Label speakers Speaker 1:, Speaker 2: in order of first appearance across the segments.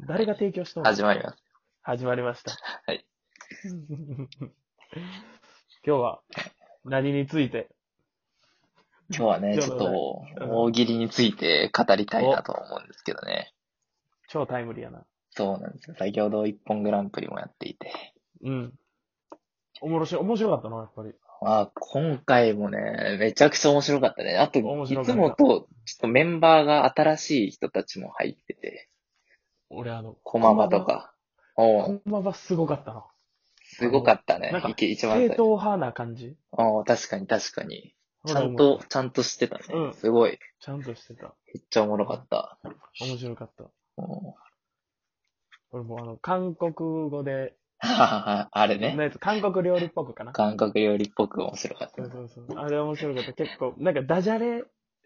Speaker 1: 誰が提供したの
Speaker 2: 始まります。
Speaker 1: 始まりました。
Speaker 2: はい。
Speaker 1: 今日は何について
Speaker 2: 今日はね、
Speaker 1: 今
Speaker 2: ち
Speaker 1: 日
Speaker 2: ょ
Speaker 1: の
Speaker 2: っ
Speaker 1: ね
Speaker 2: と
Speaker 1: うん
Speaker 2: 大喜利について語りたいなと思うんですけどね。
Speaker 1: 超タイムリーやな。
Speaker 2: そうなんですよ。先ほど一本グランプリもやっていて。
Speaker 1: うん。おもろし、面白かったな、やっぱり。
Speaker 2: まあ、今回もね、めちゃくちゃ面白かったね。あと、
Speaker 1: 面
Speaker 2: い
Speaker 1: 白かった
Speaker 2: つもと、ちょっとメンバーが新しい人たちも入ってて、
Speaker 1: 俺あの、
Speaker 2: 駒場とか。おう
Speaker 1: 駒場。駒場すごかったな。
Speaker 2: すごかったね
Speaker 1: なんか。
Speaker 2: いけ一番
Speaker 1: 正
Speaker 2: 最初。
Speaker 1: 統派な感じ。
Speaker 2: おう確かに確かに。ちゃん
Speaker 1: 俺も
Speaker 2: と、ちゃんとしてたね。
Speaker 1: うん
Speaker 2: すごい。
Speaker 1: ちゃんとしてた。
Speaker 2: めっちゃおもろかった。
Speaker 1: 面白かった。
Speaker 2: おう
Speaker 1: 俺もあの、韓国語で、
Speaker 2: あれね。
Speaker 1: のやつ韓国料理っぽくかな。
Speaker 2: 韓国料理っぽく面白かった
Speaker 1: そう
Speaker 2: な。
Speaker 1: そうそう。あれ面白かった。結構、なんかダジャレ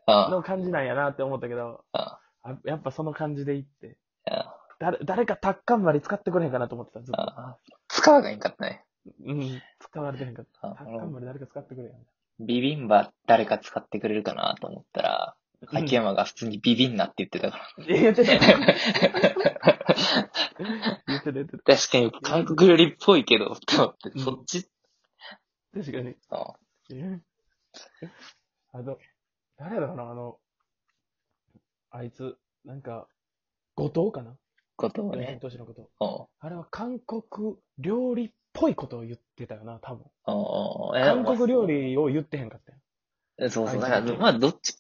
Speaker 2: あ
Speaker 1: の感じなんやなって思ったけど、
Speaker 2: あ
Speaker 1: あやっぱその感じでいって。
Speaker 2: あ
Speaker 1: 誰誰かタッカンマリ使ってくれへんかなと思ってた、ずっと。
Speaker 2: あ使わないんかったね。
Speaker 1: うん、使われてへんかった。
Speaker 2: あ
Speaker 1: タッカンマリ誰か使ってくれへん。
Speaker 2: ビビンバ誰か使ってくれるかなと思ったら、秋山が普通にビビンナって言ってたか
Speaker 1: うん 言ってた。言って
Speaker 2: ら。
Speaker 1: た、言ってた。
Speaker 2: 確かに韓国料理っぽいけど、と思って
Speaker 1: うん
Speaker 2: そっち、
Speaker 1: 確かに。
Speaker 2: あ
Speaker 1: あの、誰だろうな、あの、あいつ、なんか、後藤かな
Speaker 2: ことを
Speaker 1: 吉
Speaker 2: ね。
Speaker 1: 本氏のこと。
Speaker 2: お
Speaker 1: あれは韓国料理っぽいことを言ってたよな、多分。
Speaker 2: お
Speaker 1: 韓国料理を言ってへんかったよ。
Speaker 2: そうそう。だ
Speaker 1: あ
Speaker 2: から、まあ、どっち、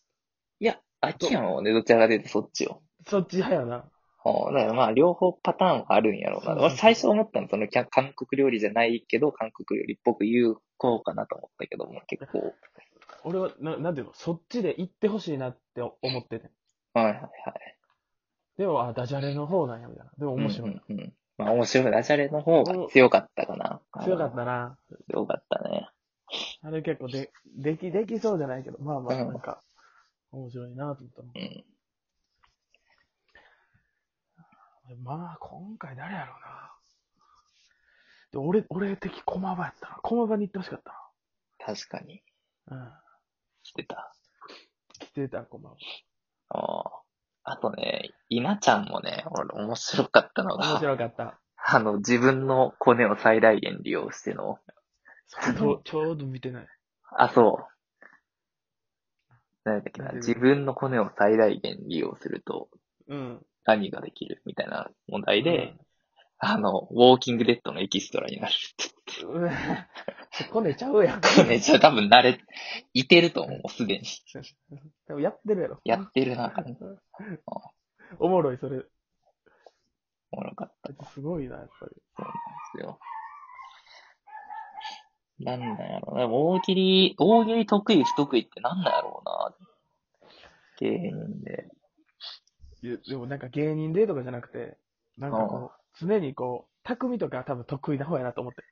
Speaker 2: いや、秋山もね、どちらかというとそっちよ。
Speaker 1: そっち派やな。
Speaker 2: おだからまあ、両方パターンはあるんやろうな。
Speaker 1: そうそうそう
Speaker 2: 俺最初思ったの、その、きゃ韓国料理じゃないけど、韓国料理っぽく言う方かなと思ったけども、結 構。
Speaker 1: 俺は、ななんていうの、そっちで行ってほしいなって思ってて。
Speaker 2: はいはいはい。
Speaker 1: でも、あ、ダジャレの方なんや、みたいな。でも面白い。
Speaker 2: うんうんうんまあ面白い。ダジャレの方が強かったかな。
Speaker 1: 強かったな。
Speaker 2: 強かったね。
Speaker 1: あれ結構で、でき、できそうじゃないけど、まあまあ、
Speaker 2: うん
Speaker 1: なんか、面白いなと思ったの。
Speaker 2: うん。
Speaker 1: まあ、今回誰やろうな。で俺、俺的駒場やったな。駒場に行ってほしかった
Speaker 2: 確かに。
Speaker 1: な。
Speaker 2: 来てた。
Speaker 1: うん。来てた、駒場。
Speaker 2: あーあとね、稲ちゃんもね、俺面白かったの
Speaker 1: 面
Speaker 2: が、
Speaker 1: 白かった。
Speaker 2: あの、自分のコネを最大限利用しての、
Speaker 1: それをちょうど見てない。
Speaker 2: あ、そう。なんだっけな、
Speaker 1: うん
Speaker 2: 自分のコネを最大限利用すると
Speaker 1: うん。
Speaker 2: 何ができるみたいな問題で、
Speaker 1: うん、
Speaker 2: あの、ウォーキングデッドのエキストラになるって。
Speaker 1: うん。こねちゃう やん。
Speaker 2: コネじゃ多分慣れ、いてると思う、もうすでに。
Speaker 1: でもやってるやろ。
Speaker 2: やってるな、
Speaker 1: おもろい、それ。
Speaker 2: おもろかったです
Speaker 1: ごいな、やっぱり。
Speaker 2: すよ。なんだやろうね。大喜利、大喜利得意不得意ってなんだろうな。芸人で。
Speaker 1: いやでもなんか芸人でとかじゃなくて、なんかこう、常にこう、匠とか多分得意な方やなと思って。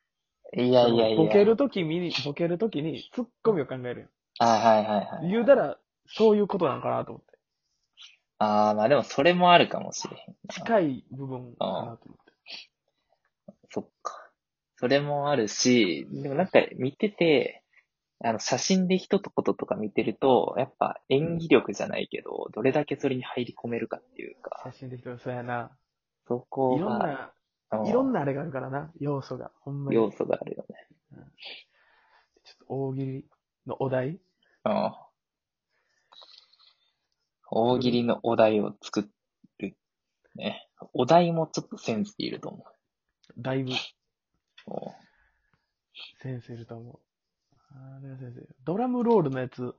Speaker 2: いやいやいや。
Speaker 1: ボケるときに、ボケるときに、ツッコミを考える
Speaker 2: あはいはい
Speaker 1: や
Speaker 2: は
Speaker 1: ん。
Speaker 2: い。
Speaker 1: 言うたら、そういうことなのかなと思って。
Speaker 2: ああ、まあでもそれもあるかもしれへんな。
Speaker 1: 近い部分かなと思って。
Speaker 2: そっか。それもあるし、でもなんか見てて、あの、写真で一言とか見てると、やっぱ演技力じゃないけど、どれだけそれに入り込めるかっていうか、
Speaker 1: 写真できてもそうやな。
Speaker 2: そこ
Speaker 1: いろん
Speaker 2: が、
Speaker 1: な、
Speaker 2: うん
Speaker 1: いろんなあれがあるからな、要素が。ほんまに。ちょっ
Speaker 2: 要素があるよね。
Speaker 1: と大喜利のお題
Speaker 2: うん。大喜利のお題を作る。ね。お題もちょっとセンスいると思
Speaker 1: だいぶ、
Speaker 2: う。も
Speaker 1: 先生いると思う。あれは先生。ドラムロールのやつ、
Speaker 2: う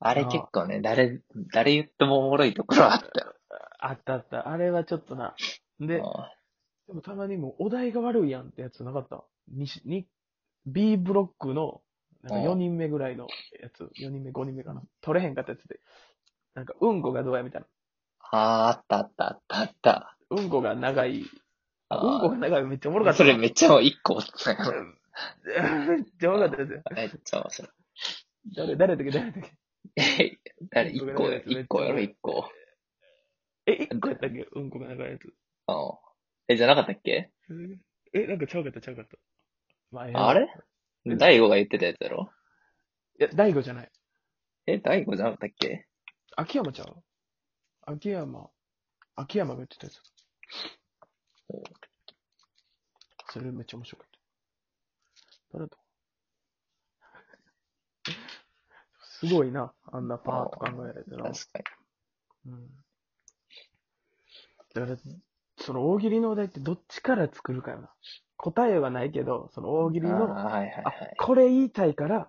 Speaker 2: あれ結構ね、誰、誰言ってもおもろいところあったよ。
Speaker 1: あったあった。あれはちょっとな。で、でもたまにもうお題が悪いやんってやつなかった。にし、に、B ブロックの、なんか
Speaker 2: う
Speaker 1: 4
Speaker 2: ん
Speaker 1: 人目ぐらいのやつ、4人目、5人目かな。取れへんかったやつで。なんか、うんこがどうやみたいな。
Speaker 2: ああ、あったあったあったあった。
Speaker 1: うんこが長い。
Speaker 2: あ
Speaker 1: うんこが長いめっちゃおもろかった
Speaker 2: そ
Speaker 1: な。
Speaker 2: れめっちゃ一個おったよ
Speaker 1: めっちゃおもろかったですよ。
Speaker 2: めっちゃ面白い。
Speaker 1: 誰、誰だっけ、誰だっけ。
Speaker 2: え誰一個や、一個やろ、一個。
Speaker 1: え、1個やったっけうんこが長いやつ。
Speaker 2: うんえ、じゃなかったっけ
Speaker 1: え、なんかちゃうかった、ちゃうかった。まあええな
Speaker 2: あれ大悟が言ってたやつやろ
Speaker 1: いや、大悟じゃない。
Speaker 2: え、大悟じゃなかったっけ
Speaker 1: 秋山ちゃう秋山。秋山が言ってたやつ。それめっちゃ面白かった。誰とすごいな、あんなパーッと考えられて
Speaker 2: 確
Speaker 1: な。
Speaker 2: かに。
Speaker 1: うん。だから、その大喜利のお題ってどっちから作るかよな。答えはないけど、その大喜利
Speaker 2: あー
Speaker 1: の、あ、
Speaker 2: はいはいはい。
Speaker 1: これ言いたいから、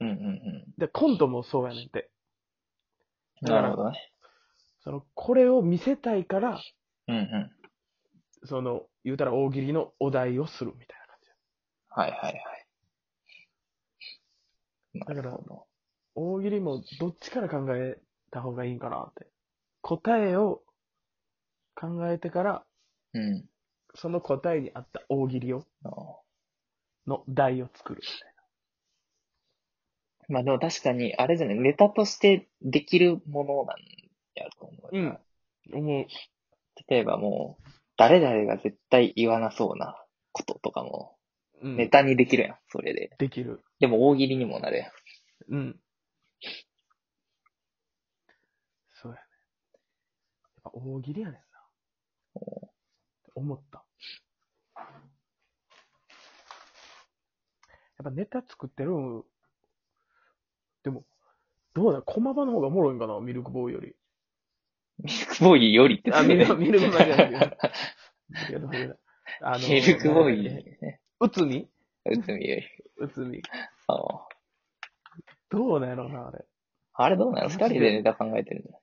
Speaker 2: うんうん
Speaker 1: で、コントもそうやねんて。
Speaker 2: うん。
Speaker 1: だか
Speaker 2: な
Speaker 1: ら
Speaker 2: るほどね。
Speaker 1: その、これを見せたいから、
Speaker 2: うんうん。
Speaker 1: その、言うたら大喜利のお題をするみたいな感じ。
Speaker 2: はいはいはい。
Speaker 1: だから
Speaker 2: なるほど。
Speaker 1: 大喜利もどっちから考えた方がいいんかなって。答えを考えてから、
Speaker 2: うん。
Speaker 1: その答えに合った大喜利を、
Speaker 2: あー
Speaker 1: の題を作る。
Speaker 2: まあでも確かに、あれじゃない、ネタとしてできるものなんやと思
Speaker 1: う
Speaker 2: う。
Speaker 1: ん。思う。
Speaker 2: 例えばもう、誰々が絶対言わなそうなこととかも、
Speaker 1: うん。
Speaker 2: ネタにできるやん、それで。
Speaker 1: できる。
Speaker 2: でも大喜利にもなるやん。
Speaker 1: うん。そうやね。やっぱ大喜利やねんな。思った。やっぱネタ作ってるんでも、どうだ、駒場の方がおもろいんかな、ミルクボーイより。
Speaker 2: ミルクボーイよりって
Speaker 1: あ、ミルク、 ミルクボーイじゃない
Speaker 2: ね。
Speaker 1: けど。あ の
Speaker 2: ミルクボーイよりね。
Speaker 1: うつみ
Speaker 2: うつみより。
Speaker 1: うつみ。
Speaker 2: あの
Speaker 1: どうなんやろうな、あれ。
Speaker 2: あれどうなの
Speaker 1: マ
Speaker 2: 二
Speaker 1: ジで
Speaker 2: 人でネタ考えてるんだ。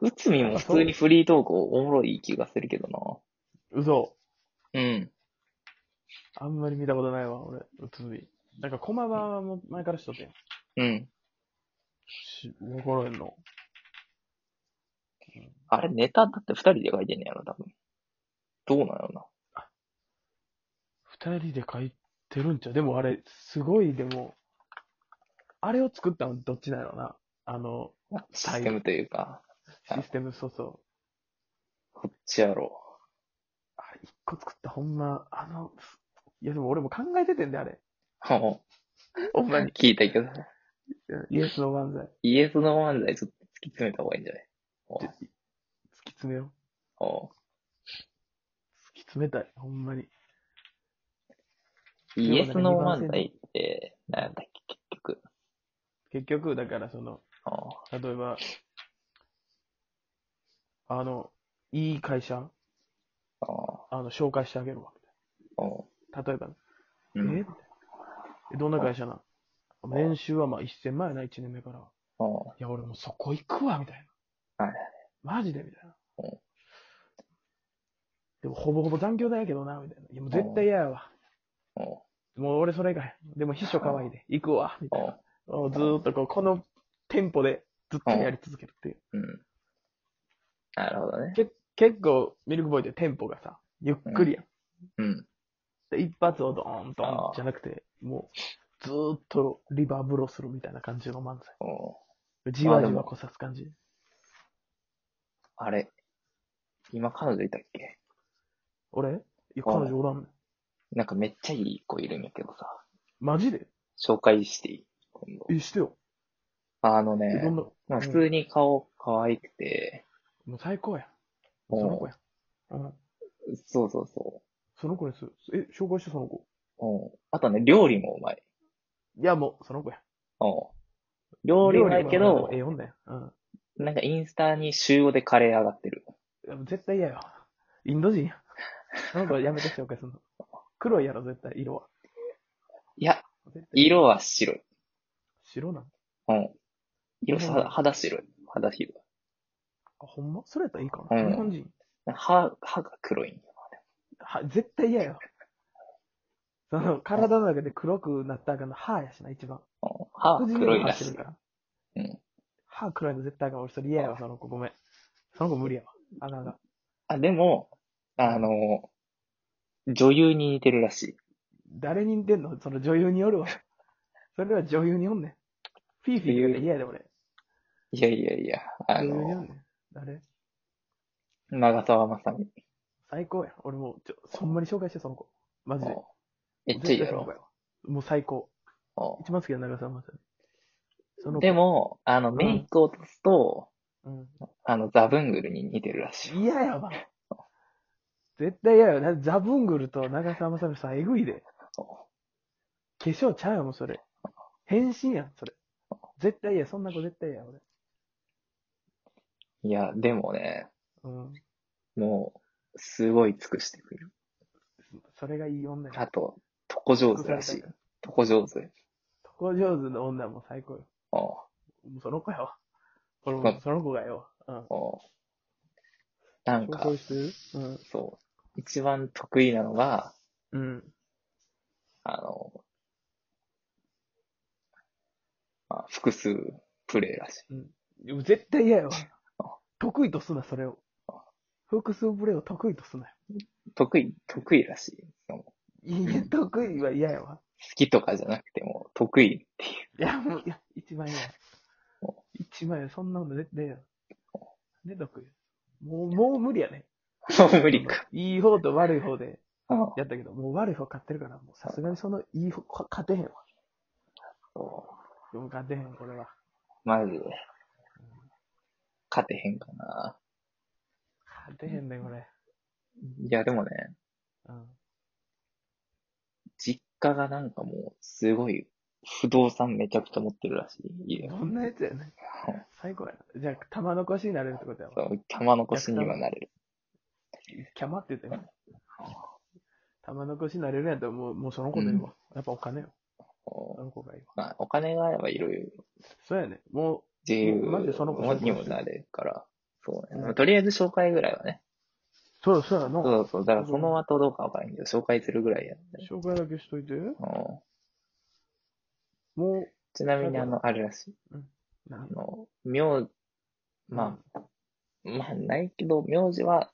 Speaker 2: うつみも普通にフリートークおもろい気がするけど
Speaker 1: 嘘。
Speaker 2: な。うん。
Speaker 1: あんまり見たことないわ、俺、うつみ。なんか、駒場も前からしとってん。
Speaker 2: うん。
Speaker 1: し、わからへんの。
Speaker 2: あれネタだって二人で書いてんねやろ、多分。どうなのな。
Speaker 1: 二人で書いてるんちゃうでもあれ、すごい、でも、あれを作ったのどっちなのなあの、
Speaker 2: システムというか、
Speaker 1: システム、そうそう。
Speaker 2: こっちやろ
Speaker 1: あれ、一個作った、ほんま、あの、すいや、でも俺も考えててんで、あれ。
Speaker 2: う。も
Speaker 1: ほん
Speaker 2: う
Speaker 1: まに。
Speaker 2: 聞いたけど、
Speaker 1: イエスの漫才。
Speaker 2: イエスの漫才ちょっと突き詰めた方がいいんじゃないお
Speaker 1: ちょ突き詰めよ
Speaker 2: お
Speaker 1: う。突き詰めたい、ほんまに。
Speaker 2: イエスの漫才って、なんだっけ、結局。
Speaker 1: 結局、だから、その、
Speaker 2: お
Speaker 1: 例えば、あの、いい会社、
Speaker 2: お
Speaker 1: あの、紹介してあげるわ。
Speaker 2: お
Speaker 1: 例えばね、
Speaker 2: う
Speaker 1: え
Speaker 2: ん
Speaker 1: みたいなえどんな会社な年収はまあ1000万やな、1年目から。い
Speaker 2: お
Speaker 1: や、俺もうそこ行くわ、みたいな。
Speaker 2: はい
Speaker 1: マジでみたいな
Speaker 2: うん。
Speaker 1: でも、ほぼほぼ残業代やけどな、みたいな。いや、もう絶対嫌やわ。
Speaker 2: お
Speaker 1: もう俺それ以外。でも、秘書可愛いで。行くわ、みたい
Speaker 2: お
Speaker 1: な。もうずーっとこう、このテンポでずっとやり続けるっていう。
Speaker 2: うん。なるほどね。
Speaker 1: け結構、ミルクボーイってテンポがさ、ゆっくりやん。
Speaker 2: うん。
Speaker 1: で一発をドーンドー
Speaker 2: あ
Speaker 1: ン
Speaker 2: ー
Speaker 1: じゃなくて、もう、ずーっとリバーブローするみたいな感じの漫才。
Speaker 2: お
Speaker 1: じわじわこさす感じ。
Speaker 2: あれ。今彼女いたっけ
Speaker 1: 俺いや、彼女おらんねん。
Speaker 2: なんかめっちゃいい子いるんやけどさ。
Speaker 1: マジで
Speaker 2: 紹介していい今度。
Speaker 1: え、してよ。
Speaker 2: あの
Speaker 1: え、
Speaker 2: ね
Speaker 1: ど、んな、
Speaker 2: まあ普通に顔可愛くて、
Speaker 1: もう最高やん。そ
Speaker 2: お
Speaker 1: の子やん。うん。
Speaker 2: そうそうそ
Speaker 1: その子にする。え、紹介してその子。
Speaker 2: う。うん。あとね、料理もうまい。
Speaker 1: いや、もう、その子や。
Speaker 2: うん。料理うまいけ
Speaker 1: 料理は
Speaker 2: ど
Speaker 1: ええ、よんだよ。うん。
Speaker 2: なんかインスタに週5でカレー上がってる。
Speaker 1: いやもう絶対嫌よ。インド 人やん。その子はやめて紹介するの。黒いやろ、絶対、色は。
Speaker 2: いや、
Speaker 1: 絶対
Speaker 2: 色は白い。
Speaker 1: 白なの。
Speaker 2: うん。色さ
Speaker 1: うん
Speaker 2: 肌白い。肌白い。
Speaker 1: あ、ほんまそれやったらいいかな。
Speaker 2: うん
Speaker 1: 日本人。
Speaker 2: 歯、歯が黒いんよ。
Speaker 1: は、絶対嫌よ。その、体の中で黒くなったらあかんの、歯やしな、一番。
Speaker 2: うん歯
Speaker 1: 黒
Speaker 2: 黒いらし
Speaker 1: して
Speaker 2: い
Speaker 1: る。から。
Speaker 2: うん。
Speaker 1: 歯黒いの絶対あかん。俺それ嫌やわ、その子。ごめん。その子無理やわ。あなんか。
Speaker 2: あ、でも、あの、女優に似てるらしい。
Speaker 1: 誰に似てんのその女優によるわ。それは女優によんねん。フィーフィーって嫌やで、俺。
Speaker 2: いやいやいや、あ
Speaker 1: 女優によん
Speaker 2: の、
Speaker 1: ねん。誰
Speaker 2: 長澤まさみ。
Speaker 1: 最高や。俺もう、ちょ、そんまに紹介して、その子。マジで。
Speaker 2: めっちゃいいや
Speaker 1: 絶対
Speaker 2: ろ
Speaker 1: その子。わもう最高。
Speaker 2: うん
Speaker 1: 一番好きな長澤まさみ。その子
Speaker 2: で、も、あの、
Speaker 1: ん
Speaker 2: メイク落とすと、
Speaker 1: うん。
Speaker 2: あの、ザブングルに似てるらしい。
Speaker 1: 嫌やわ。絶対嫌よ。だってザブングルと長澤まさみさん、えぐいで。化粧ちゃうよ、もうそれ。変身やん、それ。絶対嫌、そんな子絶対嫌、俺。
Speaker 2: いや、でもね、
Speaker 1: うん。
Speaker 2: もう、すごい尽くしてくれる。
Speaker 1: それがいい女や。
Speaker 2: あと、床上手らしい。床上手。
Speaker 1: こ上手の女も最高よ。
Speaker 2: ああ
Speaker 1: もうその子やわ。俺もその子がよ。うん。
Speaker 2: ああなんか
Speaker 1: そう、する
Speaker 2: そう、一番得意なのが、
Speaker 1: うん。うん。
Speaker 2: あの、まあ、複数プレイらしい。
Speaker 1: でも絶対嫌よ
Speaker 2: あ。
Speaker 1: 得意とすな、それを
Speaker 2: あ。
Speaker 1: 複数プレイを得意とすなよ。
Speaker 2: 得意、得意らしい。その好
Speaker 1: いや、得意は嫌やわ。
Speaker 2: きとかじゃなくても、得意。
Speaker 1: いや、もう、いや、一番嫌や。一番嫌、そんなこと絶対嫌や。ね、得意。もう、もう無理やね。
Speaker 2: もう無理か。
Speaker 1: いい方と悪い方で
Speaker 2: ああ
Speaker 1: やったけど、もう悪い方勝ってるから、もうさすがにそのいい方、か勝てへんわ。
Speaker 2: そ
Speaker 1: でも勝てへん、これは。
Speaker 2: うマジで。勝てへんかな。
Speaker 1: 勝てへんね、これ。
Speaker 2: いや、でもね、
Speaker 1: うん。
Speaker 2: 実家がなんかもう、すごい、不動産めちゃくちゃ持ってるらしい。家
Speaker 1: どんなやつやね。最高やな。じゃあ、玉残しになれるってことやわ
Speaker 2: そ。う玉残しにはなれる。
Speaker 1: キャマって言ってね。玉残しになれるんやったら、もう、もうその子でいいわ。やっぱお金よ。そ
Speaker 2: こう
Speaker 1: の子がいいわ。
Speaker 2: まあ、お金があればいろいろ
Speaker 1: そうやね。も
Speaker 2: 自
Speaker 1: マジでその子
Speaker 2: 由
Speaker 1: その子
Speaker 2: にもなれるから、そうね。
Speaker 1: うん
Speaker 2: まあとりあえず紹介ぐらいはね。
Speaker 1: う、そうそうやな。
Speaker 2: そうそう。だからその後どうかわからんけど、紹介するぐらいやった
Speaker 1: 紹介だけしといて。
Speaker 2: うん
Speaker 1: も
Speaker 2: ちなみにあの、あるらしい。
Speaker 1: う、な嗯
Speaker 2: あの、名、まあ、まあないけど、名字は